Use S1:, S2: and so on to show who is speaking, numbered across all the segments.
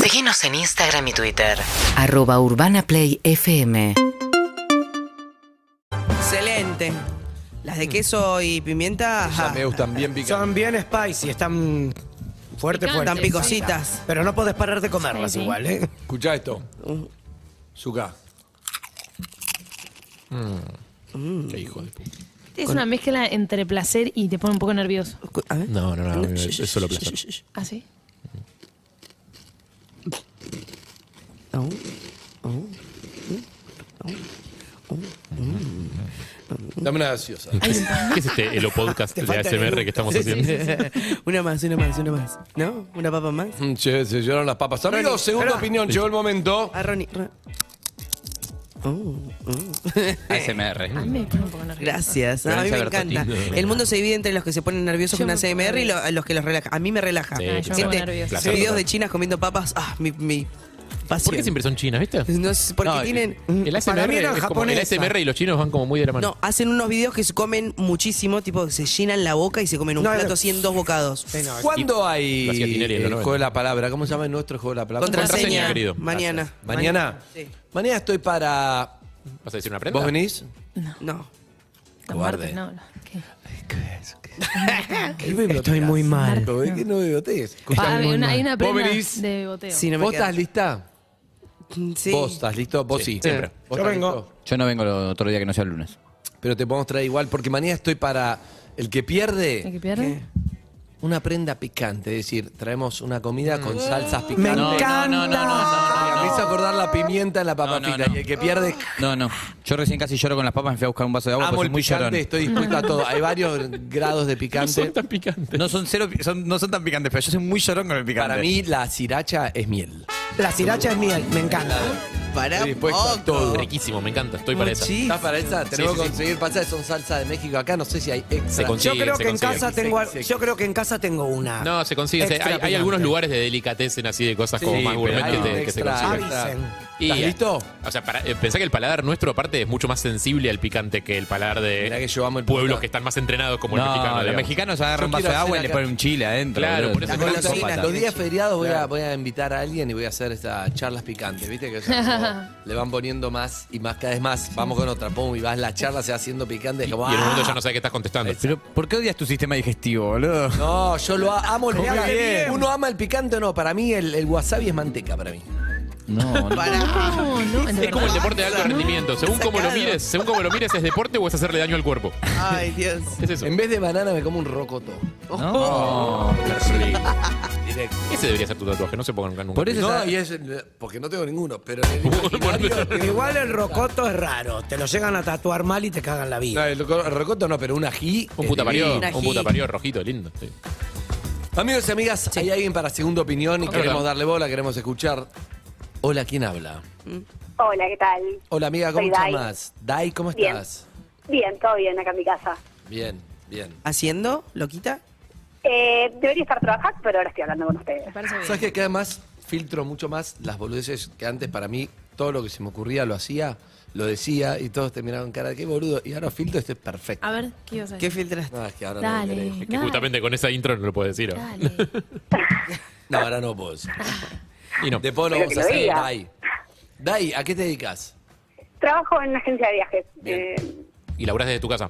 S1: Seguinos en Instagram y Twitter.
S2: Arroba Urbana Play FM.
S3: Excelente. Las
S4: Mm.
S3: de queso y pimienta
S5: Esas
S3: ajá,
S5: me gustan bien picantes.
S6: Son bien spicy, están fuerte,
S7: Picantes.
S6: fuerte.
S3: están picositas.
S6: Pero no podés parar de comerlas
S7: Sí, sí.
S6: igual, ¿eh?
S5: Escucha esto. Zucca. Mm. Qué hijo de puta.
S7: Es una mezcla entre placer y te pone un poco nervioso.
S3: Escu- a ver.
S5: No, no, no, no,
S3: Shh,
S5: es
S3: shh,
S5: solo
S3: shh,
S5: placer.
S3: shh, shh.
S7: ¿Ah, sí?
S3: No.
S5: Dame una gaseosa.
S4: ¿Qué es este el podcast de
S6: falta
S4: ASMR que estamos haciendo?
S3: una más, una más, una más. ¿No? ¿Una papa más?
S5: Mm, che, se lloraron las papas. Amigos, segunda
S6: pará.
S5: opinión. Llegó el momento.
S3: A Ah, Ronnie. Oh, Ron-
S7: A
S4: ASMR.
S7: mí me pone un poco nervioso.
S3: Gracias, Ah, a mí me
S4: Gracias,
S3: encanta.
S4: Bertotti.
S3: El mundo se divide entre los que se ponen nerviosos
S7: Yo
S3: con
S7: me
S3: una CMR y lo- los que los relaja. A mí me relaja.
S4: Sí,
S7: Ah, yo me
S4: placer.
S7: pongo nerviosa.
S4: Placer
S3: videos
S4: total.
S3: de chinas comiendo papas, ah, mi, mi pasión.
S4: ¿Por qué siempre son chinas, viste?
S3: No sé, porque
S4: No,
S3: tienen...
S4: El
S6: Para
S4: ASMR,
S6: mí eran
S4: es como- el
S6: japonesas.
S4: ASMR y los chinos van como muy de la mano.
S3: No, hacen unos videos que se comen muchísimo, tipo se llenan la boca y se comen un
S6: No,
S3: plato
S6: no.
S3: así en dos bocados.
S5: ¿Cuándo
S4: Lo
S5: hay
S4: hacía Tinelli en los
S5: el
S4: 90.
S5: juego de la palabra? ¿Cómo se llama el nuestro juego de la palabra?
S4: Contraseña,
S3: Contraseña,
S4: querido.
S3: mañana.
S5: Mañana.
S3: Sí.
S5: Mañana estoy para.
S4: ¿Vas a decir una prenda?
S5: ¿Vos venís?
S3: No.
S7: Los martes,
S5: Cobarde.
S7: no, no. ¿Qué?
S6: Estoy muy mal.
S5: ¿Ves que ¿eh? no bibliotecas?
S7: Ah, hay, una, hay una
S5: ¿Vos
S7: prenda
S5: venís?
S7: de boteo.
S3: Sí, no me
S5: ¿Vos
S3: queda. Mm,
S5: estás lista?
S3: Sí.
S5: ¿Vos estás listo? Vos sí.
S4: siempre.
S6: Yo
S5: ¿Vos estás
S6: vengo.
S5: listo?
S8: Yo no vengo lo- otro día que no sea el lunes.
S5: Pero te podemos traer igual, porque mañana estoy para. El que pierde.
S7: ¿El que pierde?
S5: Una prenda picante, es decir, traemos una comida con salsas
S6: Me
S5: picantes.
S6: encanta.
S8: no, no, no,
S5: Me hizo acordar la pimienta en la papa
S8: No, no,
S5: frita.
S8: no.
S5: Y el que pierde,
S8: No, no. Yo recién casi lloro con las papas, me fui a buscar un vaso de agua
S5: amo
S8: porque soy
S5: el
S8: muy
S5: picante,
S8: llorón.
S5: estoy dispuesto a todo. Hay varios grados de picante.
S4: Son tan picantes.
S8: No son cero, son- no son tan picantes, pero yo soy muy llorón con el picante.
S5: Para mí, la siracha es miel.
S6: La sriracha es miel, me encanta.
S3: Pará
S5: Estoy dispuesto a
S3: poco.
S5: todo.
S4: Riquísimo, me encanta. Estoy para esa.
S3: Muchísimo.
S5: ¿Estás Ah, para esa? Tenemos
S4: sí,
S5: que
S4: sí.
S5: conseguir pasar, son salsa de México acá, no sé si hay
S4: Se
S5: extra.
S4: consigue.
S6: Yo
S4: Sí,
S6: creo
S4: se
S6: que en
S4: consigue.
S6: casa tengo, yo creo que en casa tengo una.
S4: No, se consigue. se-
S6: Extra
S4: hay, hay
S6: picante.
S4: algunos lugares de delicatessen así de cosas como más gourmet que, te- que se consiguen.
S6: extra. Avisen.
S4: Y-
S5: ¿Estás listo?
S4: O sea, para, eh, pensá que el paladar nuestro, aparte, es mucho más sensible al picante que el paladar de
S5: Mirá que yo amo el
S4: pueblos
S5: picante.
S4: que están más entrenados como
S8: no,
S4: el mexicano.
S8: los
S4: digamos.
S8: mexicanos agarran
S5: Yo
S8: un vaso
S5: quiero
S8: de agua y
S5: hacer
S8: le
S5: acá-
S8: ponen un chile adentro.
S4: Claro,
S8: boludo.
S4: por eso
S3: La
S4: es como
S3: golosina,
S4: psicópata.
S5: Los días feriados voy, a, voy a invitar a alguien y voy a hacer estas charlas picantes, ¿viste? Que o sea, como le van poniendo más y más, cada vez más. Vamos con otra, pum, y vas, la charla se va haciendo picante.
S4: Y,
S5: es como,
S4: y en un
S5: ¡ah!
S4: momento ya no sabes qué estás contestando.
S8: Pero, ¿por qué odias tu sistema digestivo, boludo?
S5: "Ah, No, yo lo a- amo el
S6: Comí
S5: picante.
S6: bien.
S5: Uno ama el picante o no. Para mí, el, el wasabi es manteca para mí.
S8: No, no.
S3: Pará.
S7: No, no,
S4: Es como el deporte de alto rendimiento. Según cómo lo
S3: Sacado.
S4: mires, según cómo lo mires, es deporte o es hacerle daño al cuerpo.
S3: Ay, Dios.
S4: Es eso.
S5: En vez de banana, me como un rocoto.
S8: No.
S5: Directo.
S4: Ese debería ser tu tatuaje, no se pongan nunca.
S8: Por eso-
S5: No,
S8: esa-
S5: y es. Porque no tengo ninguno, pero. en el imaginario-
S6: Igual el rocoto es raro. Te lo llegan a tatuar mal y te cagan la
S5: No,
S6: vida.
S5: el roco- el rocoto no, pero un ají.
S4: un
S5: es
S4: puta parió,
S3: divino.
S4: un puta parió rojito, lindo. sí.
S5: Amigos y amigas, hay alguien para segunda opinión y
S4: Ok.
S5: queremos darle bola, queremos escuchar. Hola, ¿quién habla?
S9: Hola, ¿qué tal?
S5: Hola, amiga, ¿cómo
S9: Soy Dai.
S5: estás? Dai, ¿cómo
S9: Bien.
S5: estás?
S9: Bien, todo bien acá en mi casa.
S5: Bien, bien.
S3: ¿Haciendo? ¿Loquita?
S9: Eh, debería estar trabajando, pero ahora estoy hablando con ustedes.
S7: Me parece bien.
S5: ¿Sabes qué? Que además filtro mucho más las boludeces que antes para mí todo lo que se me ocurría lo hacía, lo decía y todos te miraban cara de qué boludo. Y ahora filtro, esto es perfecto.
S7: A ver, ¿qué ibas a
S3: ¿Qué
S7: decir?
S3: filtraste?
S5: No, es que ahora no, lo
S7: Dale.
S5: querés.
S4: Que
S7: dale,
S4: justamente con esa intro no lo puedes decir. ahora.
S7: Dale.
S5: no, ahora no puedo decir.
S4: Y no.
S5: Después lo
S9: Pero
S5: vamos
S9: que
S5: a
S9: lo
S5: hacer.
S9: diga.
S5: Dai. Dai, ¿a qué te dedicas?
S9: Trabajo en una agencia de viajes.
S5: Bien.
S9: Eh,
S4: Y laburás desde tu casa.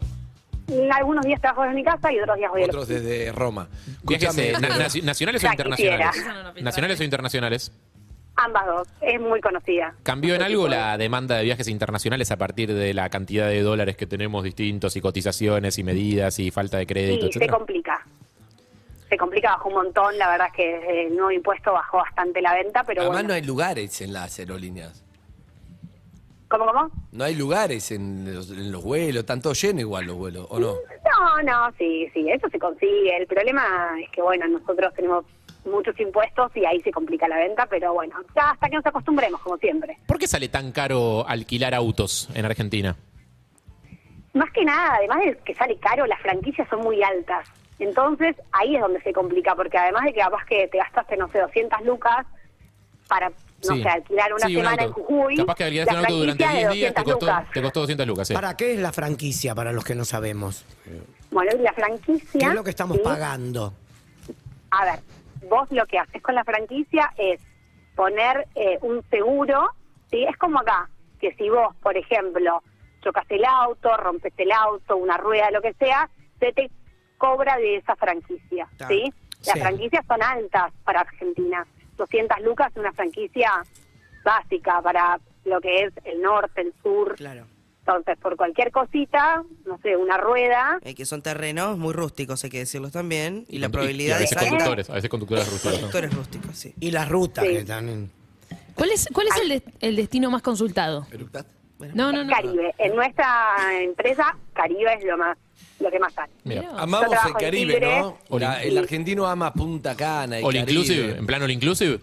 S9: algunos días trabajo desde mi casa y otros días voy a la
S5: Otros desde Roma.
S4: Viajes, eh, na-
S5: Escúchame,
S4: naci- nacionales o
S9: Ya
S4: internacionales.
S9: quisiera.
S7: Eso no lo pensaba.
S4: Nacionales o internacionales.
S9: Ambas dos. Es muy conocida.
S4: ¿Cambió en
S9: Otro
S4: algo
S9: tipo de-
S4: la demanda de viajes internacionales a partir de la cantidad de dólares que tenemos distintos y cotizaciones y medidas y falta de crédito,
S9: Sí, se
S4: etcétera?
S9: complica. Se complica, bajó un montón. La verdad es que desde el nuevo impuesto bajó bastante la venta, pero
S5: además
S9: bueno.
S5: no hay lugares en las aerolíneas.
S9: ¿Cómo, cómo?
S5: No hay lugares en los, en los vuelos, tanto lleno igual los vuelos, ¿o no?
S9: No, no, sí, sí, eso se consigue. El problema es que, bueno, nosotros tenemos muchos impuestos y ahí se complica la venta, pero bueno, ya hasta que nos acostumbremos, como siempre.
S4: ¿Por qué sale tan caro alquilar autos en Argentina?
S9: Más que nada, además de que sale caro, las franquicias son muy altas. Entonces, ahí es donde se complica, porque además de que capaz que te gastaste, no sé, 200 lucas para, no
S4: Sí.
S9: sé, alquilar una
S4: Sí, un
S9: semana en
S4: auto.
S9: Jujuy,
S4: Capaz que alquilaste
S9: la
S4: un auto durante 10
S9: franquicia de
S4: días, te
S9: 200
S4: costó,
S9: lucas.
S4: te costó 200 lucas. sí.
S6: ¿Para qué es la franquicia para los que no sabemos?
S9: Bueno, y la franquicia...
S6: ¿Qué es lo que estamos
S9: sí,
S6: pagando?
S9: A ver, vos lo que haces con la franquicia es poner eh, un seguro, ¿sí? Es como acá, que si vos, por ejemplo, chocaste el auto, rompiste el auto, una rueda, lo que sea, se te cobra de esa franquicia,
S6: Ta,
S9: ¿sí? Las
S6: sí.
S9: franquicias son altas para Argentina. 200 lucas es una franquicia básica para lo que es el norte, el sur.
S3: Claro.
S9: Entonces, por cualquier cosita, no sé, una rueda,
S3: Eh, que son terrenos muy rústicos, hay que decirlos también. Y, la
S4: Condu-
S3: probabilidad
S4: a
S3: de
S4: veces
S3: salta-
S4: conductores, a veces conductores rusos.
S3: Conductores rústicos, sí.
S6: Y las rutas
S9: Sí.
S6: que están en...
S7: ¿Cuál es, cuál es el, de- el destino más consultado?
S5: ¿Eructás?
S7: No, no, no.
S9: Caribe. En nuestra empresa, Caribe es lo más, lo que más sale.
S4: Mira.
S7: Mirá.
S5: Amamos el
S9: trabajo en
S5: Caribe,
S9: Tigre.
S5: ¿no? La- el argentino ama Punta Cana y
S4: All
S5: Caribe.
S4: inclusive, en plan all inclusive.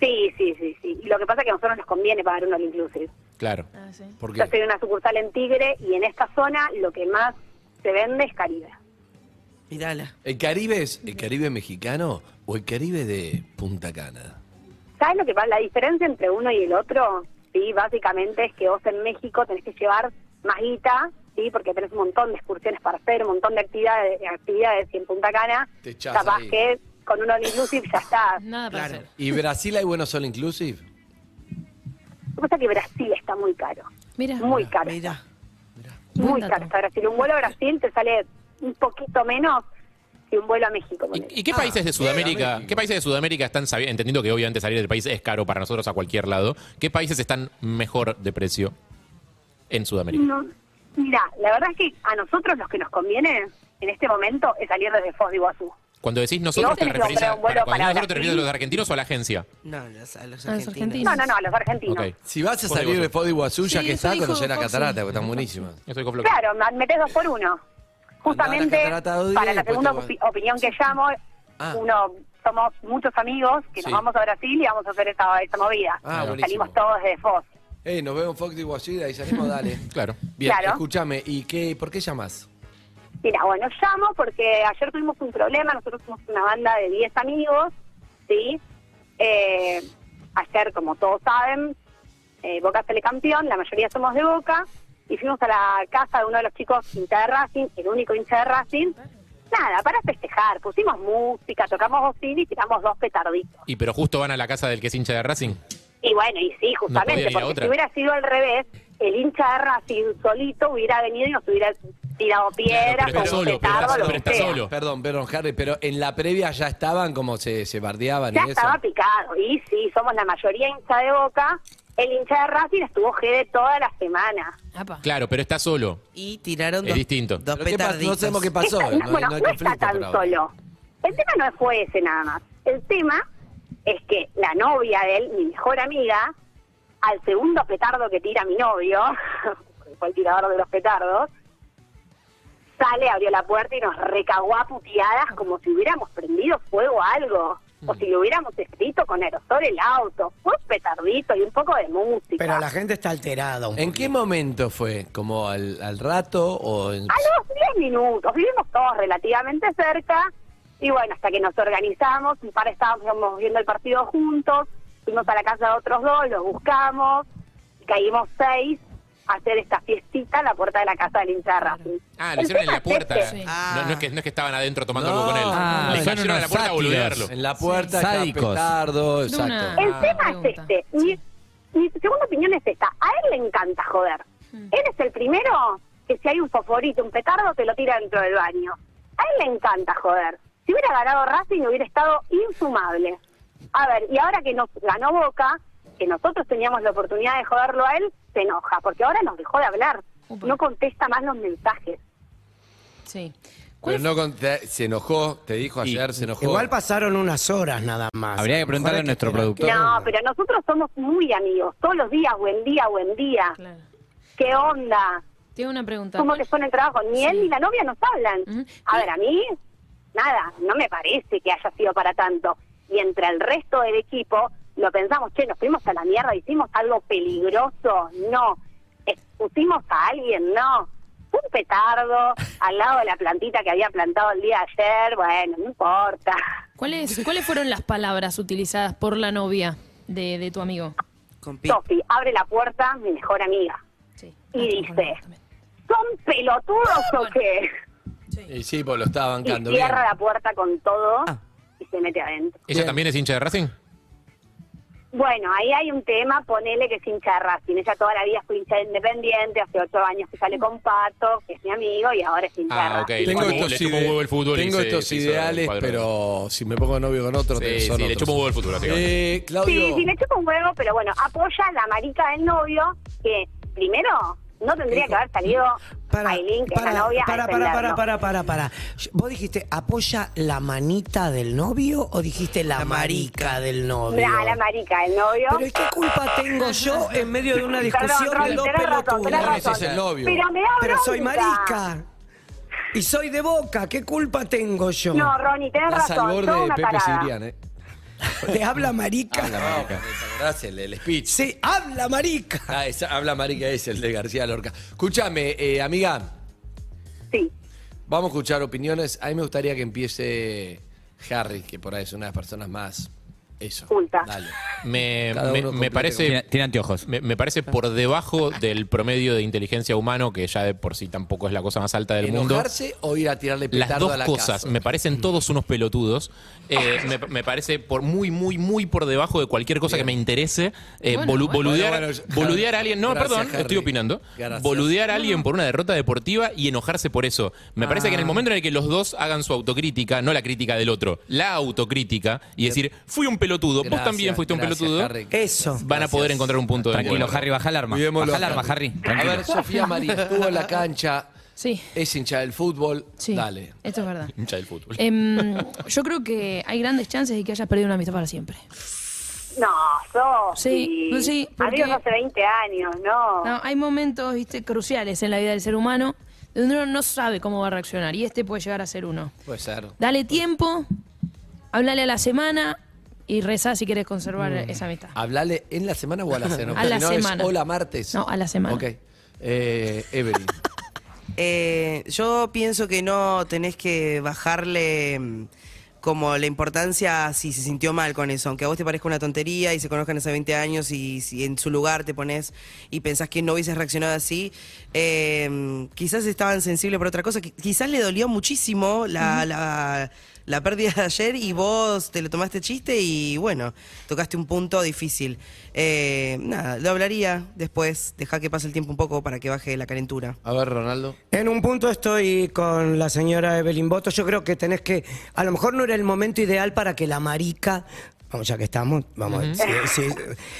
S9: Sí, sí, sí, sí. Y lo que pasa es que a nosotros nos conviene pagar un all inclusive.
S4: Claro.
S7: Ah, sí.
S5: ¿Por
S9: Yo estoy
S5: qué?
S9: en una sucursal en Tigre y en esta zona lo que más se vende es Caribe.
S3: Mirala.
S5: ¿El Caribe es el Caribe mexicano o el Caribe de Punta Cana?
S9: ¿Sabes lo que pasa? La diferencia entre uno y el otro, sí, básicamente es que vos en México tenés que llevar más guita, sí, porque tenés un montón de excursiones para hacer, un montón de actividades, actividades y en Punta Cana,
S5: Te echás
S9: capaz
S5: ahí.
S9: que con un all inclusive ya está.
S7: Nada para
S3: Claro.
S7: hacer.
S5: ¿Y Brasil hay buenos all inclusive?
S9: Lo que pasa es que Brasil está muy caro,
S7: Mira.
S9: muy caro.
S3: Mirá.
S9: Muy
S7: Buen dato.
S9: caro está Brasil. Un vuelo a Brasil te sale un poquito menos que un vuelo a México. ponele.
S4: ¿Y, y qué
S3: Ah,
S4: países de Sudamérica, qué países de Sudamérica están sabi- entendiendo que obviamente salir del país es caro para nosotros a cualquier lado? ¿Qué países están mejor de precio en Sudamérica?
S9: No, mira, la verdad es que a nosotros los que nos conviene en este momento es salir desde Foz de Iguazú.
S4: Cuando decís nosotros
S9: No
S4: te
S9: tenés que
S4: referís a,
S9: comprar un vuelo
S4: para- cuando
S9: para
S4: nosotros te referís a
S9: Brasil.
S4: los argentinos o a la agencia.
S3: No, las- a los
S7: A los
S3: argentinos.
S7: argentinos.
S9: No, no, no, a los argentinos.
S4: Ok.
S5: Si vas
S4: Foz
S5: a
S4: de
S5: salir de
S4: Iguazú.
S5: Foz de Iguazú, ya
S7: Sí,
S5: que
S7: eso
S5: está,
S7: dijo
S5: conocer la
S7: Foxy.
S5: catarata, porque están buenísimas.
S4: Yo soy Cofloquia.
S9: Claro, ma- metes dos por uno.
S5: Andá a
S9: Justamente
S5: la Catarata Dodi
S9: para
S5: y
S9: la
S5: después
S9: segunda
S5: te vas.
S9: opi- opinión que llamo,
S5: Ah.
S9: uno somos muchos amigos que
S5: Sí.
S9: nos vamos a Brasil y vamos a hacer esta, esta movida.
S5: Ah, buenísimo.
S9: Salimos todos desde Foz.
S5: Eh, nos vemos en Fox de Iguazú y de ahí salimos, dale.
S4: Claro.
S5: Bien,
S9: Claro.
S5: escúchame, ¿y qué, por qué llamas?
S9: Mira, bueno, llamo porque ayer tuvimos un problema, nosotros somos una banda de 10 amigos, ¿sí? Eh, ayer, como todos saben, eh, Boca sale campeón, la mayoría somos de Boca, y fuimos a la casa de uno de los chicos hincha de Racing, el único hincha de Racing, nada, para festejar, pusimos música, tocamos bocina y tiramos dos petarditos.
S4: Y pero justo van a la casa del que es hincha de Racing.
S9: Y bueno, y
S4: podían
S9: sí,
S4: ir
S9: justamente,
S4: a
S9: porque
S4: otra.
S9: si hubiera sido al revés, el hincha de Racing solito hubiera venido y nos hubiera tirado piedras,
S4: pero está
S9: o un
S4: solo, pero
S9: petardo,
S4: está
S9: lo
S4: solo,
S9: que
S4: está
S9: sea.
S4: solo.
S5: Perdón, perdón, Harry, pero en la previa ya estaban como se, se bardeaban
S9: Ya
S5: y eso.
S9: estaba picado, y sí, somos la mayoría hincha de Boca. El hincha de Racing estuvo GD toda la semana.
S7: Apa.
S4: Claro, pero está solo.
S3: Y tiraron
S4: Es
S3: dos,
S4: distinto.
S3: dos
S5: Pero ¿qué pas- no
S3: petarditos.
S5: sabemos qué pasó.
S9: Esa-
S5: no,
S9: no,
S5: hay- no
S9: bueno, no,
S5: hay
S9: está
S5: conflicto
S9: tan
S5: por ahora.
S9: solo. El tema no fue ese nada más. El tema es que la novia de él, mi mejor amiga, al segundo petardo que tira mi novio, que fue el tirador de los petardos, sale, abrió la puerta y nos recagó a puteadas como si hubiéramos prendido fuego a algo. O
S5: Hmm.
S9: si lo hubiéramos escrito con aerosol el auto. Fue un petardito y un poco de música.
S6: Pero la gente está alterada. un
S5: ¿En qué momento fue? ¿Como al, al rato o en...
S9: A los 10 Ah, minutos, vivimos todos relativamente cerca, y bueno, hasta que nos organizamos, un par estábamos viendo el partido juntos, fuimos a la casa de otros dos, los buscamos, y caímos seis a hacer esta fiestita a la puerta de la casa del hincha de Racing.
S4: Ah,
S9: El
S4: lo hicieron en
S9: tema
S4: la
S9: es
S4: puerta.
S9: este.
S7: Sí.
S4: No, no es que, no es que estaban adentro tomando
S5: No,
S4: algo con él.
S5: ah,
S4: Le
S8: son
S4: cayeron a la
S8: unos
S4: puerta a
S8: sátiros.
S4: boludearlo.
S5: En la puerta está
S8: Sádicos.
S5: petardo,
S7: De una-
S5: exacto.
S9: El
S7: Ah,
S9: tema
S7: pregunta.
S9: es este. Mi, mi segunda opinión es esta. A él le encanta joder.
S7: Hmm.
S9: Él es el primero que si hay un fosforito, un petardo, te lo tira dentro del baño. A él le encanta joder. Si hubiera ganado Racing hubiera estado infumable. A ver, y ahora que nos ganó Boca, que nosotros teníamos la oportunidad de joderlo a él, se enoja, porque ahora nos dejó de hablar.
S7: Upa.
S9: No contesta más los mensajes.
S7: Sí. ¿Cuál
S5: Pero no con- te- se enojó, te dijo
S8: Y-
S5: ayer, se enojó.
S6: Igual pasaron unas horas nada más.
S8: Habría que preguntarle a
S6: Mejor hay
S8: nuestro
S6: esperar.
S8: productor.
S9: No, pero nosotros somos muy amigos. Todos los días, buen día, buen día.
S7: fue? Claro.
S9: ¿Qué onda?
S7: Tengo una pregunta.
S9: ¿Cómo les fue en el trabajo? Ni él ni la novia nos hablan.
S7: Ujú.
S9: A ver, a mí, nada, no me parece que haya sido para tanto. Y entre el resto del equipo, lo pensamos, che, nos fuimos a la mierda, hicimos algo peligroso, no. Expusimos a alguien, no. Fue Un petardo al lado de la plantita que había plantado el día de ayer, bueno, no importa.
S7: ¿Cuáles, ¿Cuáles fueron las palabras utilizadas por la novia de, de tu amigo?
S3: Con pi-
S9: Sofi abre la puerta, mi mejor amiga.
S7: Sí.
S9: Y dice, ¿son pelotudos o qué?
S5: Y sí, pues lo estaba
S9: Y
S5: bancando. bien.
S9: cierra la puerta con todo y se mete adentro.
S4: ¿Ella también es hincha de Racing?
S9: Bueno, ahí hay un tema, ponele que es hincha de Racing. Ella toda la vida fue hincha de Independiente, hace ocho años que sale con Pato, que es mi amigo, y ahora es hincha de
S4: Ah, ok. Le
S9: Racing.
S5: Tengo
S4: chupo-
S5: estos,
S4: le chupo
S5: ide-
S4: un huevo el fútbol y
S5: tengo
S4: se-
S5: estos
S4: se hizo el
S5: ideales,
S4: cuadro.
S5: pero si me pongo novio con otro, te-
S4: Sí,
S5: son
S4: sí, le
S5: otros.
S4: chupo un huevo el futuro, básicamente.
S5: Eh, Claudio.
S9: Sí, sí, le chupa un huevo, pero bueno, apoya a la marica del novio, que primero no tendría que haber salido Aileen, que
S6: para,
S9: es la novia,
S6: para,
S9: a
S6: para, para,
S9: defenderlo.
S6: para, para, para. ¿Vos dijiste apoya la manita del novio o dijiste la, marica, del novio?
S9: A la marica del novio.
S6: Pero ¿y qué culpa tengo yo en medio de una
S9: Perdón,
S6: discusión
S9: Robbie,
S6: de dos
S9: tenés razón,
S6: pelotudos?
S9: tenés
S5: No, ese es
S9: razón.
S5: el novio.
S9: Pero me da
S6: Pero soy
S9: bronca.
S6: marica. Y soy de boca, ¿qué culpa tengo yo?
S9: No, Ronnie, tenés
S5: Estás al
S9: razón.
S5: borde
S9: sos
S5: de
S9: una
S5: Pepe
S9: tarada.
S5: Cibrián, ¿eh?
S6: Te habla marica.
S5: Gracias, el, el speech.
S6: Sí, habla marica.
S5: Ah, esa- habla Marica, es el de García Lorca. Escúchame, eh, amiga,
S9: Sí.
S5: vamos a escuchar opiniones. A mí me gustaría que empiece Harry, que por ahí es una de las personas más. Eso.
S9: Culta.
S5: Dale.
S4: Me,
S5: Cada
S4: me-
S5: uno
S4: me
S5: complete
S8: Tiene,
S4: parece.
S8: tiene anteojos.
S4: Me, me parece por debajo del promedio de inteligencia humano, que ya de por sí tampoco es la cosa más alta del mundo.
S5: ¿Enojarse o ir a tirarle petardo
S4: Las dos
S5: a la
S4: cosas,
S5: casa?
S4: me parecen todos unos pelotudos. Eh, me, me parece por muy, muy, muy por debajo de cualquier cosa que me interese. Eh, bolu- boludear,
S5: Bueno, bueno,
S4: boludear a alguien. No,
S5: gracias,
S4: perdón,
S5: Harry.
S4: estoy opinando.
S5: Gracias.
S4: Boludear a alguien por una derrota deportiva y enojarse por eso. Me parece que
S5: Ah.
S4: en el momento en el que los dos hagan su autocrítica, no la crítica del otro, la autocrítica, y decir, fui un pelotudo, vos
S5: Gracias,
S4: también fuiste un
S5: gracias,
S4: pelotudo,
S5: Harry.
S6: Eso.
S4: van a poder encontrar un punto de
S8: Tranquilo,
S4: encuentro.
S8: Harry, baja el arma.
S5: Cuidémoslo,
S8: Baja el arma, Harry.
S5: A
S8: Tranquilo.
S5: ver, Sofía María estuvo en la cancha,
S7: Sí,
S5: es hincha del fútbol.
S7: sí.
S5: Dale.
S7: Esto es verdad.
S4: Hincha del fútbol.
S5: Eh,
S7: Em, yo creo que hay grandes chances de que hayas perdido una amistad para siempre.
S9: No, sos.
S7: Sí, sí, porque-
S9: Amigos hace 20 años, no.
S7: No, hay momentos, viste, cruciales en la vida del ser humano donde uno no sabe cómo va a reaccionar y este puede llegar a ser uno.
S5: Puede ser.
S7: Dale tiempo, háblale a la semana y rezá si quieres conservar
S10: Mm.
S7: esa amistad.
S5: Hablale en la semana o a la semana.
S7: A la
S5: Porque no es
S7: semana.
S5: hola martes.
S7: No, a la semana.
S5: Ok. Eh, Evelyn.
S3: Eh, yo pienso que no tenés que bajarle mm, como la importancia si se sintió mal con eso, aunque a vos te parezca una tontería y se conozcan hace 20 años y si en su lugar te pones y pensás que no hubieses reaccionado así, eh, quizás estaban sensibles por otra cosa, qui- quizás le dolió muchísimo la, la- la pérdida de ayer y vos te lo tomaste chiste y bueno, tocaste un punto difícil. Eh, nada, lo hablaría después, deja que pase el tiempo un poco para que baje la calentura.
S5: A ver, Ronaldo.
S6: En un punto estoy con la señora Evelyn Boto. Yo creo que tenés que. A lo mejor no era el momento ideal para que la marica. Vamos, ya que estamos, vamos, sí, sí,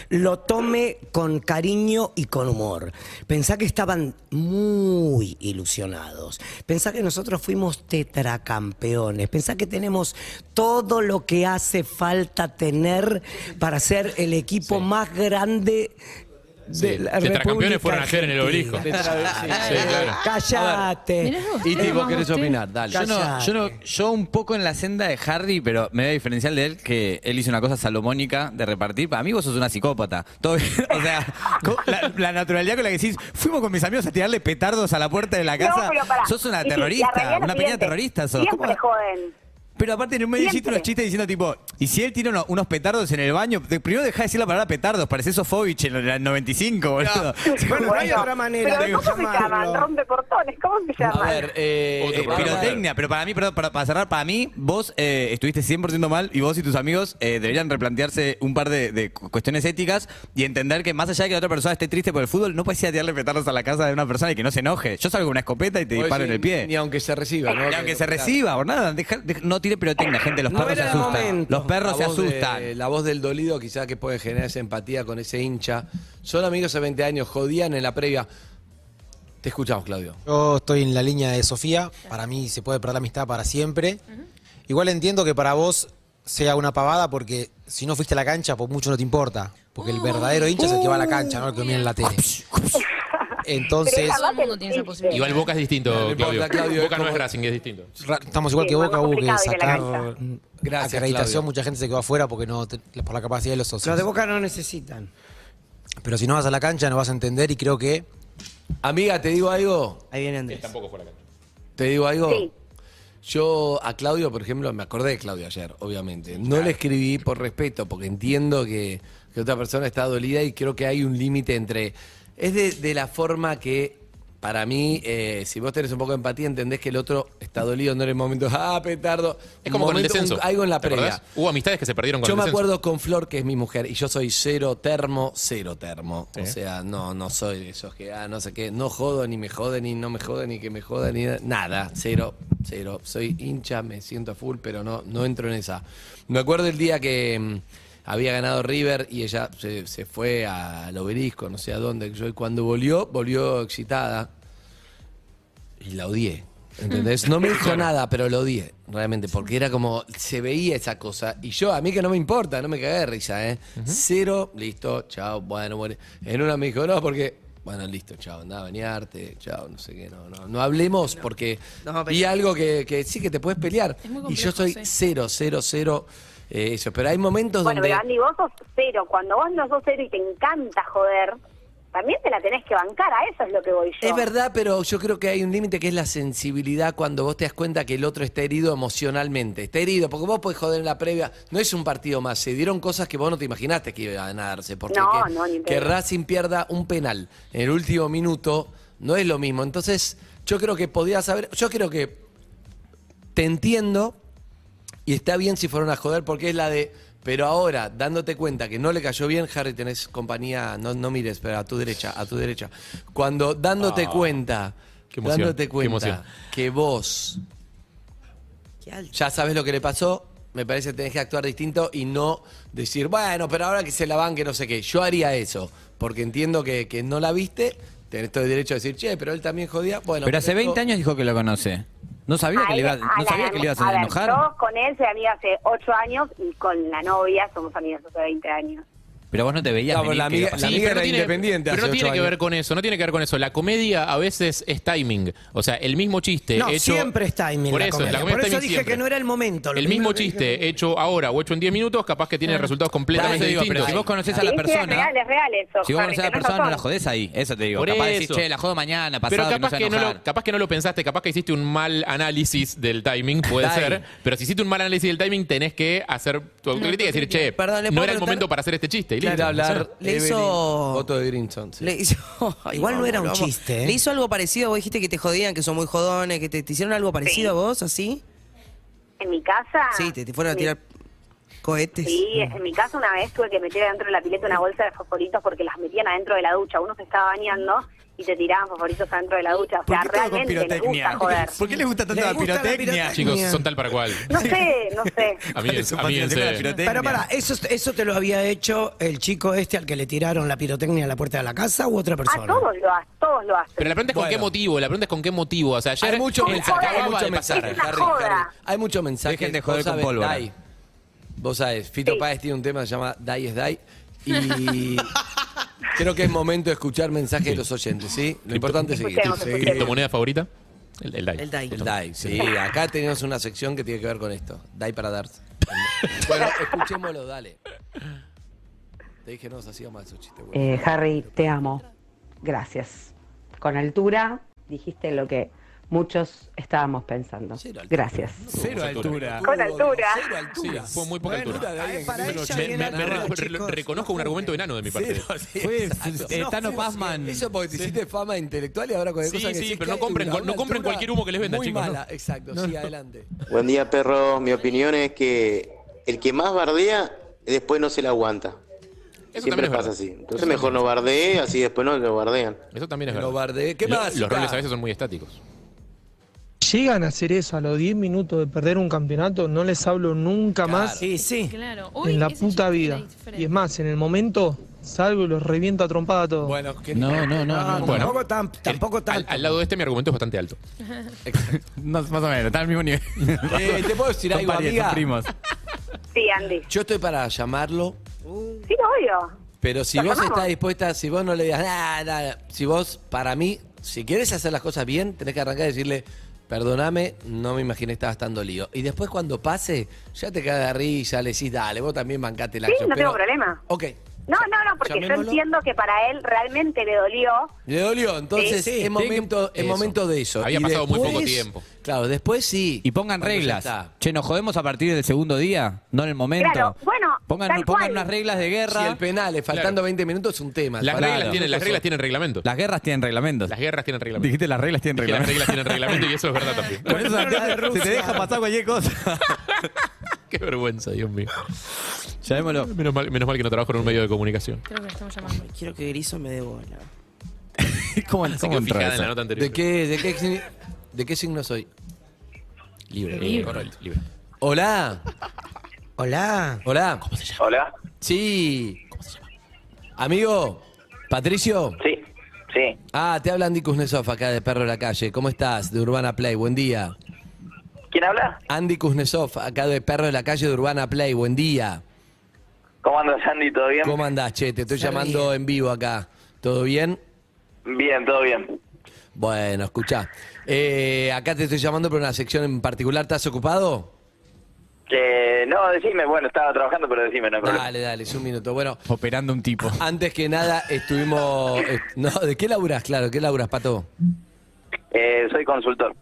S6: lo tome con cariño y con humor. Pensá que estaban muy ilusionados. Pensá que nosotros fuimos tetracampeones. Pensá que tenemos todo lo que hace falta tener para ser el equipo más grande de
S4: Sí,
S6: la República
S4: Tetracampeones fueron ayer en el
S6: Argentina.
S4: obelisco. Sí, claro.
S6: Cállate.
S7: Mirá vos,
S5: eh, Y
S7: es
S5: tipo,
S7: más
S5: ¿querés
S7: usted.
S5: opinar? Dale.
S6: Yo
S8: Yo, no, yo, no- yo un poco en la senda de Harry, pero me voy a diferenciar de él, que él hizo una cosa salomónica de repartir. Para mí vos sos una psicópata. Todo bien, o sea, co- la, la naturalidad con la que decís, fuimos con mis amigos a tirarle petardos a la puerta de la casa.
S9: No, pero pará.
S8: Sos
S9: Y
S8: una
S9: sí, la realidad
S8: terrorista,
S9: es la
S8: una pequeña
S9: siguiente.
S8: terrorista sos.
S9: Siempre
S8: ¿Cómo?
S9: joden.
S8: Pero aparte en un medio hiciste
S9: Siempre.
S8: unos chistes diciendo tipo, y si él tira uno- unos petardos en el baño, Te- primero dejá de decir la palabra petardos, parecés Sofovich en el 95, boludo.
S6: Bueno, no hay
S9: Bueno,
S6: otra manera de
S9: Pero ¿cómo se llaman?
S6: llamarlo.
S9: Rompeportones, ¿cómo se llaman?
S5: A ver, eh,
S4: Otro
S5: eh,
S4: programa.
S5: vamos a ver.
S8: Pirotecnia, pero para mí, perdón, para, para cerrar, para mí, vos eh, estuviste 100% mal y vos y tus amigos eh, deberían replantearse un par de, de cu- cuestiones éticas y entender que más allá de que la otra persona esté triste por el fútbol, no puedes ir a tirarle petardos a la casa de una persona y que no se enoje. Yo salgo con una escopeta y te
S5: Vos
S8: disparo en
S5: decís,
S8: el pie.
S5: Ni aunque se reciba, ¿no?
S8: Y aunque se reciba, por nada, deja- deja- no tire pirotecnia, gente, los
S6: No
S8: perros se
S6: era el
S8: asustan.
S6: momento.
S8: Los perros se asustan.
S5: la voz del dolido quizás que puede generar esa empatía con ese hincha. Son amigos hace 20 años, jodían en la previa. Te escuchamos, Claudio.
S11: Yo estoy en la línea de Sofía. Para mí se puede perder la amistad para siempre. Igual entiendo que para vos sea una pavada porque si no fuiste a la cancha, por mucho no te importa. Porque el verdadero hincha es el que va a la cancha, no el que mira en la tele. Entonces,
S7: Todo el mundo tiene esa posibilidad.
S4: Igual Boca es distinto,
S5: No importa,
S4: Claudio.
S5: Claudio,
S4: Boca
S5: es
S4: no es
S5: como-
S4: Racing, es distinto.
S11: ra- estamos igual
S9: Sí,
S11: que
S9: más
S11: Boca, hubo que
S9: complicado ir a la
S11: sacar
S9: cancha.
S11: mm,
S5: Gracias, Claudio.
S11: acreditación. Mucha gente se quedó afuera porque no te- por la capacidad de los
S6: Los de
S11: socios.
S6: Boca no necesitan.
S11: Pero si no vas a la cancha, no vas a entender y creo que
S5: Amiga, te digo algo.
S3: Ahí viene Andrés.
S5: Te digo algo.
S9: Sí.
S5: Yo a Claudio, por ejemplo, me acordé de Claudio ayer, obviamente. No le escribí por respeto, porque entiendo que, que otra persona está dolida y creo que hay un límite entre. Es de, de la forma que Para mí, eh, si vos tenés un poco de empatía, entendés que el otro está dolido, no en el momento, ah, petardo.
S4: Es como con el
S5: Momento- un-
S4: descenso.
S5: algo en la
S4: ¿Te
S5: previa.
S4: acordás? Hubo amistades que se perdieron con
S5: Yo
S4: el
S5: me
S4: descenso.
S5: acuerdo con Flor, que es mi mujer, y yo soy cero termo, cero termo. O sea, no, no soy de esos que, ah, no sé qué, no jodo, ni me joden, ni no me joden, ni que me joden, ni nada. Cero, cero. Soy hincha, me siento a full, pero no, no entro en esa. Me acuerdo el día que mm, había ganado River y ella se, se fue al obelisco, no sé a dónde. Yo, y cuando volvió, volvió excitada y la odié. ¿Entendés? No me dijo nada, pero lo odié, realmente, porque era como, se veía esa cosa. Y yo, a mí que no me importa, no me cagué de risa, ¿eh? Cero, listo, chao, bueno, bueno. En una me dijo, no, porque, bueno, listo, chao, anda a bañarte, chao, no sé qué, no, no, no hablemos, porque.
S3: Nos vamos a
S5: y
S3: pelear.
S5: algo que, que sí que te puedes pelear.
S7: Es muy
S5: y
S7: complejo,
S5: yo soy
S7: sí.
S5: cero, cero, cero, eh, eso. Pero hay momentos
S9: Bueno,
S5: donde.
S9: pero Andy, vos sos cero. Cuando vos no sos cero y te encanta joder, también te la tenés que bancar. A eso es lo que voy yo.
S5: Es verdad, pero yo creo que hay un límite que es la sensibilidad cuando vos te das cuenta que el otro está herido emocionalmente. Está herido, porque vos podés joder en la previa. No es un partido más, se dieron cosas que vos no te imaginaste que iba a ganarse. Porque
S9: No,
S5: que,
S9: no, ni en
S5: que
S9: pedo.
S5: Racing pierda un penal en el último minuto no es lo mismo. Entonces, yo creo que podías haber. Yo creo que te entiendo, y está bien si fueron a joder, porque es la de. Pero ahora, dándote cuenta que no le cayó bien, Harry, tenés compañía, no, no mires, pero a tu derecha, a tu derecha. Cuando dándote
S4: Ah,
S5: cuenta,
S4: qué emoción,
S5: dándote
S4: qué emoción.
S5: cuenta que vos
S3: Qué alto.
S5: ya sabes lo que le pasó, me parece que tenés que actuar distinto y no decir, bueno, pero ahora que se la banque, no sé qué. Yo haría eso, porque entiendo que, que no la viste, tenés todo el derecho a decir, che, pero él también jodía. Bueno,
S8: Pero hace
S5: esto-
S8: 20 años dijo que lo conoce. No sabía que
S9: él-
S8: le iba,
S9: a
S8: no
S9: la-
S8: sabía que le ibas
S9: a
S8: a
S9: ver,
S8: enojar.
S9: Yo con él soy amiga hace 8 años y con la novia somos amigas hace 20 años.
S8: Pero vos no te veías
S5: No, pero
S8: venir
S5: la
S8: que
S5: amiga-
S8: iba a pasar.
S5: la-
S4: Sí,
S5: liga
S4: pero no
S5: era
S4: tiene-
S5: independiente
S4: Pero
S5: hace
S4: no tiene
S5: ocho
S4: que ver
S5: años.
S4: con eso, no tiene que ver con eso. La comedia a veces es timing. O sea, el mismo chiste
S6: No,
S4: Eh, hecho.
S6: siempre es timing
S4: Por
S6: la
S4: eso,
S6: comedia.
S4: la comedia
S6: Por
S4: es
S6: eso
S4: timing
S6: dije
S4: siempre.
S6: que no era el momento. Lo
S4: El mismo
S6: primero que dije
S4: chiste
S6: que-
S4: hecho ahora o hecho en 10 minutos, capaz que tiene resultados
S8: Claro,
S4: completamente
S8: eso digo, pero
S4: distintos.
S8: si vos conocés a
S9: Sí,
S8: la
S9: sí, es
S8: persona.
S9: real, es real eso,
S8: Si vos
S9: Harry,
S8: conocés a la
S9: tenés
S8: persona, no la
S9: razón.
S8: jodés ahí. Eso te digo.
S4: Por
S8: capaz decís,
S4: eso.
S8: che, la jodo mañana,
S4: Pero
S8: pasado,
S4: capaz,
S8: que
S4: que
S8: no
S4: no
S8: se
S4: lo, capaz que no lo pensaste, capaz que hiciste un mal análisis del timing, puede
S8: Dai.
S4: ser. Pero si hiciste un mal análisis del timing, tenés que hacer tu autocrítica y decir, che,
S3: Perdón,
S4: no
S3: ¿le puedo
S4: era el
S3: preguntar?
S4: momento para hacer este chiste. Y
S5: Ir
S4: listo.
S5: a hablar.
S3: Le
S5: Evelyn,
S3: hizo-
S5: Voto de Grinson. sí.
S3: Le hizo, Ay,
S6: Igual no era un
S3: vamos.
S6: chiste, ¿eh?
S3: Le hizo algo parecido, vos dijiste que te jodían, que son muy jodones, que te, te hicieron algo parecido a vos, así.
S9: En mi
S12: Ah,
S9: casa.
S3: Sí, te, te fueron a
S9: mi-
S3: tirar cohetes.
S9: Sí, en mi casa una vez tuve que meter adentro de la pileta una bolsa de fosforitos porque las metían adentro de la ducha. Uno se estaba bañando y te tiraban fosforitos adentro de la ducha. O sea, realmente les gusta joder.
S8: ¿Por qué les gusta tanto
S6: Les
S8: la
S6: gusta la
S8: pirotecnia?
S6: pirotecnia.
S4: Chicos, son tal para cual.
S9: No sé, no sé.
S4: Amigues,
S8: Su fascinación con la
S4: amiguense.
S8: pirotecnia.
S6: Pero para, ¿eso, ¿eso te lo había hecho el chico este al que le tiraron la pirotecnia a la puerta de la casa u otra
S9: A
S6: persona?
S9: todos lo hacen, todos lo hacen.
S4: Pero la pregunta es con
S5: Bueno.
S4: qué motivo, la pregunta es con qué motivo. O sea, ayer
S5: hay mucho
S4: él
S5: mensaje,
S4: acababa
S5: hay mucho
S4: de pasar.
S5: mensaje,
S9: eh, Es una
S5: Harry,
S9: joda.
S5: Harry. Hay mucho mensaje.
S8: Dejen de joder
S5: Vos
S8: con
S5: sabés,
S8: pólvora.
S5: Dai. Vos sabés, Fito
S9: Sí.
S5: Páez tiene un tema que se llama Dai es Dai. Y creo que es momento de escuchar mensajes de los oyentes, ¿sí? Lo importante es seguir.
S9: Escuchemos, escuchemos.
S5: Seguir.
S4: ¿Criptomoneda favorita? El, el DAI.
S3: El DAI.
S5: Eh, El Dai, sí. Acá tenemos una sección que tiene que ver con esto. Dai para dar. Bueno, escuchémoslo, dale. Te dije, no, se hacía mal su chiste. güey.
S13: Eh, Harry, te amo. Gracias. Con altura dijiste lo que muchos estábamos pensando.
S5: Cero altura.
S13: Gracias.
S8: Cero altura.
S9: Con altura.
S5: Cero
S4: Sí,
S5: altura.
S4: fue muy poca
S5: Bueno,
S4: altura.
S5: de ahí,
S6: Para
S5: número
S6: ella
S4: Me, me-
S6: viene
S4: me-
S6: nada,
S4: re-
S6: chicos,
S4: reconozco un argumento enano de mi parte.
S5: Cero, sí,
S8: Fue-
S5: exacto.
S8: eh,
S5: No,
S8: Thanos
S5: fue-
S8: Passman.
S5: Eso porque te hiciste fama intelectual y ahora cualquier
S4: Sí,
S5: cosa que
S4: sí,
S5: decís
S4: pero
S5: que
S4: no
S5: hay
S4: compren
S5: una-
S4: cual- no
S5: una
S4: compren
S5: altura
S4: cualquier humo que les vendan,
S5: muy
S4: chicos,
S5: mala, exacto, sí, adelante.
S14: Buen día, perro. Mi opinión es que el que más bardea, después no se la aguanta.
S4: Eso
S14: Siempre
S4: también es
S14: pasa
S4: verdad.
S14: así. Entonces mejor no bardee, así después no lo bardean.
S4: Eso también es
S5: Que
S4: verdad.
S5: lo bardee. ¿Qué
S4: Lo-
S5: más,
S4: Los
S5: Luca?
S4: roles a veces son muy estáticos.
S10: Llegan a hacer eso a los 10 minutos de perder un campeonato, no les hablo nunca más
S6: Sí, sí.
S7: Claro. Uy,
S10: en la
S7: ese
S10: puta
S7: chiste
S10: vida.
S7: era diferente.
S10: Y es más, en el momento salgo y los reviento a trompada a todos.
S5: Bueno, que
S8: No, no, no. no, no.
S4: Bueno.
S6: tampoco tan, tampoco
S4: Al,
S6: tanto.
S4: al lado de este, mi argumento es bastante alto.
S8: Más, más o menos, está al mismo nivel.
S5: Eh, ¿te puedo decir
S8: Son
S5: algo,
S8: parientes,
S5: amiga?
S8: son primos.
S9: Sí, Andy.
S5: Yo estoy para llamarlo,
S9: Sí, obvio.
S5: pero si
S9: Lo
S5: vos
S9: llamamos.
S5: estás dispuesta, si vos no le digas nada, nada, si vos, para mí, si quieres hacer las cosas bien, tenés que arrancar y decirle, perdoname, no me imaginé que estabas tan dolido. Y después cuando pase, ya te cagas de risa, le decís, dale, vos también bancate la
S9: Sí,
S5: acción,
S9: no tengo
S5: pero-
S9: problema.
S5: Ok,
S9: No, no, no, porque yo
S5: Llamémoslo.
S9: entiendo que para él realmente le dolió.
S5: Le dolió, entonces
S9: Sí, sí.
S5: es momento, es
S8: Eso.
S5: momento de eso.
S8: Había
S5: Y
S8: pasado muy poco
S5: después-
S8: tiempo.
S5: Claro, después sí.
S8: Y pongan
S5: Cuando ya
S8: reglas.
S5: está.
S8: Che, nos jodemos a partir del segundo día, no en el momento.
S9: Claro, bueno,
S8: Pongan-
S9: tal
S8: pongan
S9: cual.
S8: unas reglas de guerra.
S5: Si el penal es faltando 20 minutos es un tema.
S4: Las
S5: Faltando
S4: reglas tienen, las
S5: minutos
S4: reglas
S5: son-
S4: tienen reglamentos.
S8: Las guerras tienen reglamentos.
S4: Las guerras tienen reglamentos.
S8: Dijiste las reglas tienen
S4: Que las
S8: reglamentos.
S4: reglas tienen reglamento y eso es verdad también.
S8: Con eso acá se te deja pasar cualquier cosa.
S4: Qué vergüenza, Dios mío.
S8: Llamémoslo.
S4: Menos mal, menos mal que no trabajo en un medio de comunicación.
S7: Creo que lo estamos llamando.
S3: Quiero que Griso me dé bola.
S8: ¿Cómo,
S4: Se quedó fijada en la nota anterior.
S5: ¿De qué, de, qué, signi- ¿De qué signo soy? Libre.
S4: Eh, correcto, libre.
S5: Hola.
S6: Hola.
S5: Hola. ¿Cómo se llama?
S12: Hola.
S5: Sí. ¿Cómo se llama? Amigo, Patricio.
S12: Sí, sí.
S5: Ah, te habla Andy Kuznetsov acá de Perro de la Calle. ¿Cómo estás? De Urbana Play. Buen día.
S12: ¿Quién habla?
S5: Andy Kuznetsov acá de Perro de la Calle de Urbana Play. Buen día.
S12: ¿Cómo andas, Andy? ¿Todo bien?
S5: ¿Cómo andás, che? Te estoy
S12: Se
S5: llamando en vivo acá. ¿Todo bien?
S12: Bien, todo bien.
S5: Bueno, escuchá. Eh, acá te estoy llamando por una sección en particular. ¿Estás ocupado?
S12: Eh, no, decime, bueno, estaba trabajando, pero decime, no hay problema.
S5: Dale, dale, es un minuto. Bueno,
S8: Operando un tipo.
S5: antes que nada estuvimos... est- no, ¿de qué laburás? Claro, ¿qué laburás, Pato?
S12: Eh, soy consultor.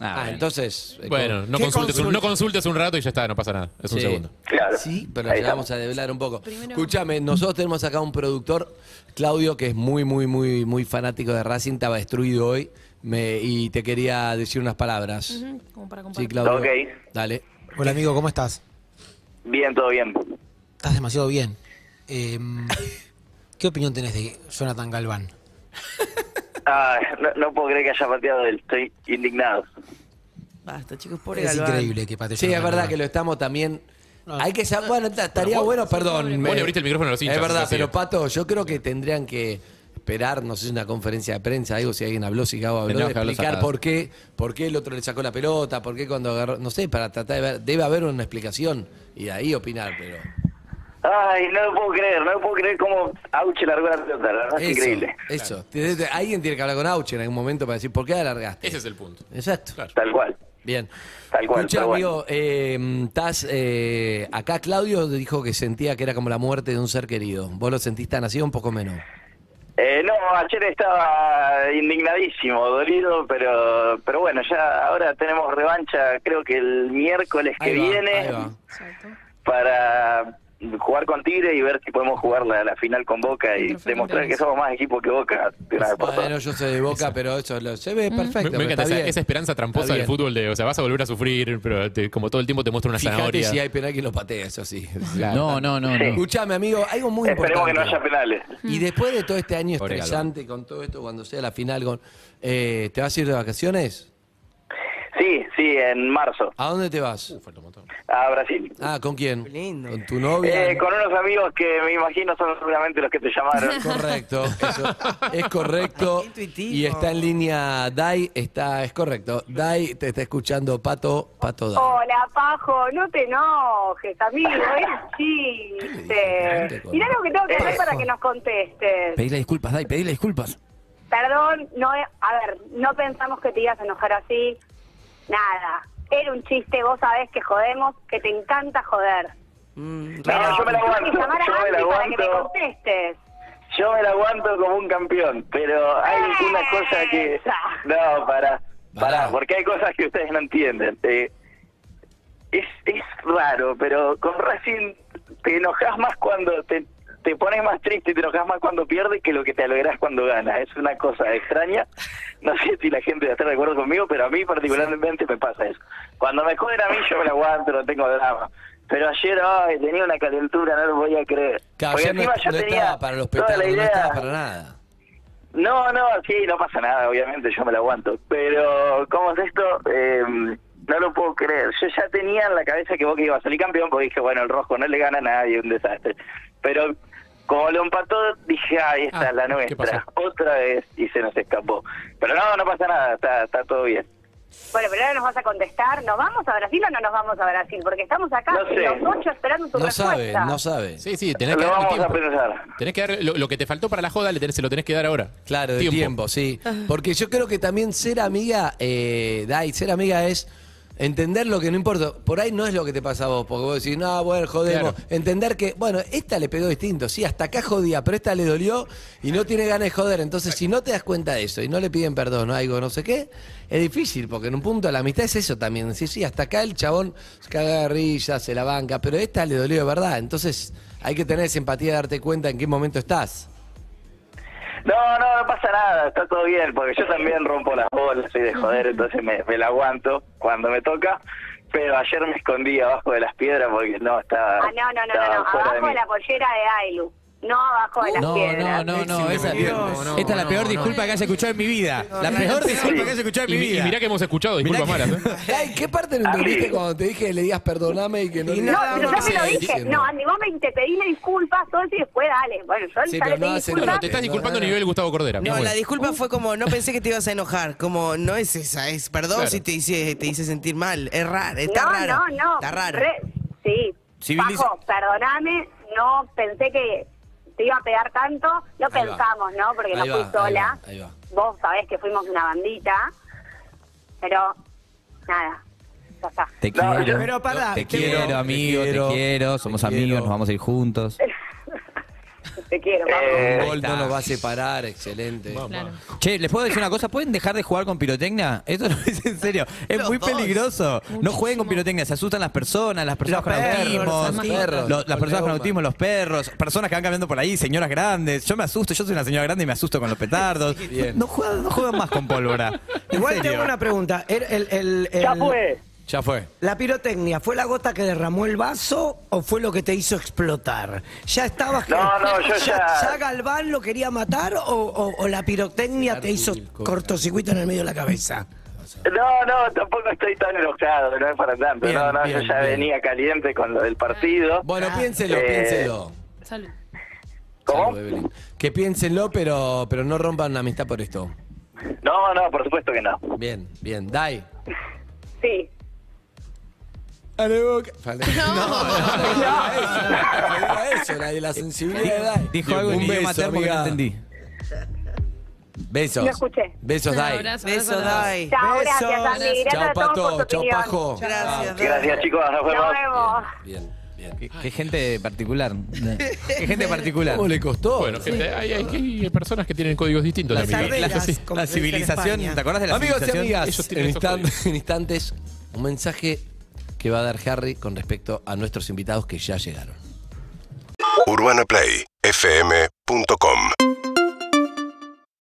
S5: Ah, entonces... eh,
S4: Bueno,
S5: con-
S4: no
S5: ¿Qué
S4: consultes, un,
S5: consulta?
S4: no consultes un rato y ya está, no pasa nada. Es un
S5: Sí.
S4: segundo.
S5: Sí, pero
S4: Ahí
S5: ya vamos a develar un poco. Escúchame, nosotros tenemos acá un productor, Claudio, que es muy, muy, muy, muy fanático de Racing, estaba destruido hoy me- y te quería decir unas palabras.
S7: Como para
S5: Sí,
S7: compartir.
S5: Claudio.
S12: Ok.
S5: Dale.
S11: Hola amigo, ¿cómo estás?
S12: Bien, todo bien.
S11: Estás demasiado bien. Eh,
S3: Em,
S11: ¿Qué opinión tenés de Jonathan Galván?
S12: Ah, no, no puedo creer que haya pateado él, estoy indignado.
S3: Basta, chicos, pobre
S11: Es
S3: Galván.
S11: increíble que Patricio
S5: Sí, es
S11: Galván.
S5: verdad que lo estamos también... Hay que saber, bueno, ta- estaría
S11: vos-
S5: bueno, perdón.
S4: Vos le abriste el micrófono a los hinchas,
S5: Es verdad,
S4: es así.
S5: pero Pato, yo creo que tendrían que esperar, no sé, una conferencia de prensa, algo, si alguien habló, si Gabo habló,
S8: Tendríamos
S5: de
S8: que haberlo
S5: explicar
S8: sacado.
S5: por qué, por qué el otro le sacó la pelota, por qué cuando agarró, no sé, para tratar de ver, debe haber una explicación y de ahí opinar, pero...
S12: Ay, no lo puedo creer, no lo puedo creer cómo Auche largó la pelota, la verdad es
S5: Eso,
S12: increíble.
S5: Eso, Te- te- alguien tiene que hablar con Auch en algún momento para decir, ¿por qué alargaste?
S4: Ese es el punto.
S5: Exacto.
S12: Tal cual.
S5: Bien.
S12: Tal cual,
S5: Escucha,
S12: tal cual.
S5: amigo, eh, estás eh, acá. Claudio dijo que sentía que era como la muerte de un ser querido. ¿Vos lo sentís tan así o un poco menos?
S12: Eh, no, ayer estaba Ah, indignadísimo, dolido, pero pero bueno, ya ahora tenemos revancha, creo que el miércoles que
S5: Ahí va,
S12: viene,
S5: ahí va.
S12: para jugar con Tigre y ver si podemos jugar la, la final con Boca y eh, demostrar que somos más equipo que Boca. de una vez por todas.
S5: Bueno, yo soy de Boca, pero eso lo- se ve
S4: Me,
S5: perfecto.
S4: Mm. me
S5: pero
S4: encanta
S5: está
S4: esa,
S5: bien.
S4: esa esperanza tramposa
S5: Está
S4: del
S5: bien.
S4: fútbol de, o sea, vas a volver a sufrir, pero te- como todo el tiempo te muestra una
S5: Fíjate
S4: zanahoria.
S5: si hay penal que lo patea, eso sí.
S8: No, no, no, no.
S5: Escuchame, amigo, algo muy
S12: Esperemos
S5: importante.
S12: que no haya penales.
S5: Y
S4: Mm.
S5: después de todo este año
S8: Pobre
S5: estresante, con todo esto, cuando sea la final, con, eh, ¿te vas a ir de vacaciones?
S12: Sí, sí, en marzo,
S5: ¿A dónde te vas?
S12: a Brasil.
S5: Ah, ¿con quién? ¿Con tu novia?
S12: Eh, con unos amigos que me imagino son seguramente los que te llamaron.
S5: Correcto, eso es correcto. Y está en línea Dai, está, es correcto. Dai te está escuchando Pato, Pato Dai.
S12: Oh.
S9: Hola, Pajo, no te enojes, amigo, era chiste. Mirá lo que tengo que hacer para que nos contestes.
S8: Pedile disculpas, Dai, pedile disculpas.
S9: Perdón, no, a ver, no pensamos que te ibas a enojar así. Nada, era un chiste, vos sabés que jodemos, que te encanta joder.
S12: No, yo me la
S9: Tuve que
S12: aguanto,
S9: llamar a
S12: yo me la
S9: Andy para que me
S12: aguanto.
S9: contestes.
S12: Yo me la aguanto como un campeón, pero hay una cosa que... No, para, para, porque hay cosas que ustedes no entienden. Eh, es, es raro, pero con Racing te enojas más cuando te, te pones más triste y te enojas más cuando pierdes que lo que te alegras cuando ganas. Es una cosa extraña. No sé si la gente va a estar de acuerdo conmigo, pero a mí particularmente me pasa eso. Cuando me joden a mí yo me la aguanto, no tengo drama. Pero ayer ay, tenía una calentura, no lo podía creer.
S5: Claro,
S12: Porque
S5: ayer no,
S12: encima yo
S5: no
S12: tenía
S5: estaba para los
S12: toda la
S5: petardos, no
S12: idea-
S5: estaba para nada.
S12: no, no, sí, no pasa nada, obviamente, yo me lo aguanto. Pero, ¿cómo es esto? Eh, no lo puedo creer. Yo ya tenía en la cabeza que Boca iba a salir campeón porque dije, bueno, el rojo no le gana a nadie, un desastre. Pero como lo empató, dije, ah, ahí está
S4: Ah,
S12: la
S4: ¿qué
S12: nuestra.
S4: pasó?
S12: Otra vez y se nos escapó. Pero no, no pasa nada, está, está todo bien.
S9: Bueno, pero ahora nos vas a contestar, ¿nos vamos a Brasil o no nos vamos a Brasil? Porque estamos acá
S12: No sé.
S9: los ocho esperando tu
S5: No sabe,
S9: respuesta.
S5: no sabe.
S4: Sí, sí, tenés
S12: Lo
S4: que darle
S12: vamos a
S4: tiempo.
S12: pensar.
S4: Tenés que dar lo, lo que te faltó para la joda, le tenés, se lo tenés que dar ahora.
S5: Claro, de tiempo, sí. Porque yo creo que también ser amiga, eh, Dai, ser amiga es Entender lo que no importa. Por ahí no es lo que te pasa a vos, porque vos decís, no, bueno, jodemos.
S4: Claro.
S5: Entender que, bueno, esta le pegó distinto. Sí, hasta acá jodía, pero esta le dolió y no tiene ganas de joder. Entonces, si no te das cuenta de eso y no le piden perdón o algo, no sé qué, es difícil, porque en un punto la amistad es eso también. Decir, sí, hasta acá el chabón se caga de risa, se la banca, pero esta le dolió de verdad. Entonces, hay que tener esa empatía de darte cuenta en qué momento estás.
S12: No, no, no pasa nada, está todo bien, porque yo también rompo las bolas, soy de joder, entonces me, me la aguanto cuando me toca. Pero ayer me escondí abajo de las piedras porque no, estaba,
S9: Ah, no, no, no,
S12: estaba
S9: no, no.
S12: fuera de
S9: Abajo
S12: mí.
S9: de la pollera de Ailu. No abajo de las
S8: No, no,
S9: piedras.
S8: no, no, esa- esta es la peor disculpa que haya escuchado en mi vida. La peor disculpa que haya escuchado
S4: Y
S8: en mi
S4: mi-
S8: vida.
S4: Y mirá que hemos escuchado disculpas malas. ¿eh?
S5: Ay, ¿Qué parte no entendiste cuando te dije que le digas perdoname y que no le
S9: No, pero
S5: digas
S9: yo me lo
S5: perdoname?
S9: dije. No, Andy, vos me te pedí la disculpa, todo eso y después dale. Bueno, yo
S5: Sí,
S9: ya le
S5: pero no
S9: pedí
S5: hace-
S4: No,
S9: disculpas.
S4: no, te estás disculpando a
S5: no, no.
S4: nivel Gustavo Cordera.
S3: No,
S4: Muy
S3: la
S4: bueno.
S3: disculpa fue como, no pensé que te ibas a enojar. Como, no es esa, es perdón
S4: Claro.
S3: si te hice, te hice sentir mal. Es raro, está
S9: no,
S3: raro.
S9: no, no.
S3: Está raro.
S9: Re- sí.
S3: Civiliza-
S9: Paco, perdoname, no pensé que te iba a pegar tanto. Lo
S5: Ahí va.
S9: pensamos, ¿no? Porque
S5: Ahí
S9: no fui
S5: va,
S9: sola.
S5: ahí va, ahí va.
S9: Vos sabés que fuimos una bandita. Pero, nada, ya está.
S8: Te
S9: No,
S8: quiero.
S9: yo- pero pará,
S8: te
S9: te
S8: quiero,
S9: quiero,
S8: amigo, te quiero,
S5: quiero,
S8: somos amigos, nos vamos a ir juntos.
S9: Te quiero,
S5: Eh,
S9: Paco.
S5: Gol no nos va a separar, excelente.
S8: Che, ¿les puedo decir una cosa? ¿Pueden dejar de jugar con pirotecnia? Eso lo es en serio. Es muy peligroso. No jueguen con pirotecnia. Se asustan las personas, las personas
S5: Los
S8: con
S5: perros, los
S8: autismo.
S5: mascotas.
S8: los-
S5: Con
S8: Las
S5: la
S8: personas con
S5: goma.
S8: autismo, los perros. Personas que van caminando por ahí, señoras grandes. Yo me asusto. Yo soy una señora grande y me asusto con los petardos.
S5: bien.
S8: No, juegan, no juegan más con pólvora. En
S6: Igual
S8: serio.
S6: tengo una pregunta. El- el- el- el-
S10: Ya fue.
S5: Ya fue.
S6: ¿La pirotecnia fue la gota que derramó el vaso o fue lo que te hizo explotar? ¿Ya estabas...
S12: No, no, yo ya-
S6: Galván lo quería matar o, o- o la pirotecnia te hizo cortocircuito en el medio de la cabeza?
S12: No, no, tampoco estoy tan enojado, no es para tanto.
S6: Bien,
S12: no, no,
S6: bien,
S12: yo ya
S6: bien.
S12: venía caliente con lo del partido.
S5: Bueno, piénselo,
S12: Eh,
S5: piénselo.
S7: Salud.
S5: ¿Cómo? Que piénsenlo, pero, pero no rompan la amistad por esto.
S12: No, no, por supuesto que no.
S5: Bien, bien. Dai.
S9: Sí.
S5: Dale, boca. Vale. No, no, no, no, no, no, eso, la de la sensibilidad de Dai.
S8: Eh, Dijo algo en
S5: Un
S8: idioma
S5: beso,
S8: termo que no
S5: amiga.
S8: entendí.
S5: Besos.
S9: No escuché.
S5: Besos, Dai.
S3: Besos, Dai.
S9: Chao, gracias, Andy. Gracias
S5: Chao,
S9: a todos
S5: Pato.
S9: por su
S5: Chao,
S9: opinión.
S5: Pajo.
S3: Gracias, Dai.
S12: Gracias, chicos, nos
S9: Nos
S12: vemos.
S9: vemos.
S5: Bien, bien.
S8: Qué, qué gente particular. Qué gente particular.
S5: ¿Cómo le costó?
S4: Bueno, gente, hay, hay- hay personas que tienen códigos distintos.
S8: La,
S4: también.
S8: la- la civilización, ¿te acordás de la
S5: Amigos y
S8: civilización?
S5: amigas,
S4: Ellos
S5: en,
S4: tienen esos
S5: instan- en instantes, un mensaje que va a dar Harry con respecto a nuestros invitados que ya llegaron.
S15: UrbanaPlayFM.com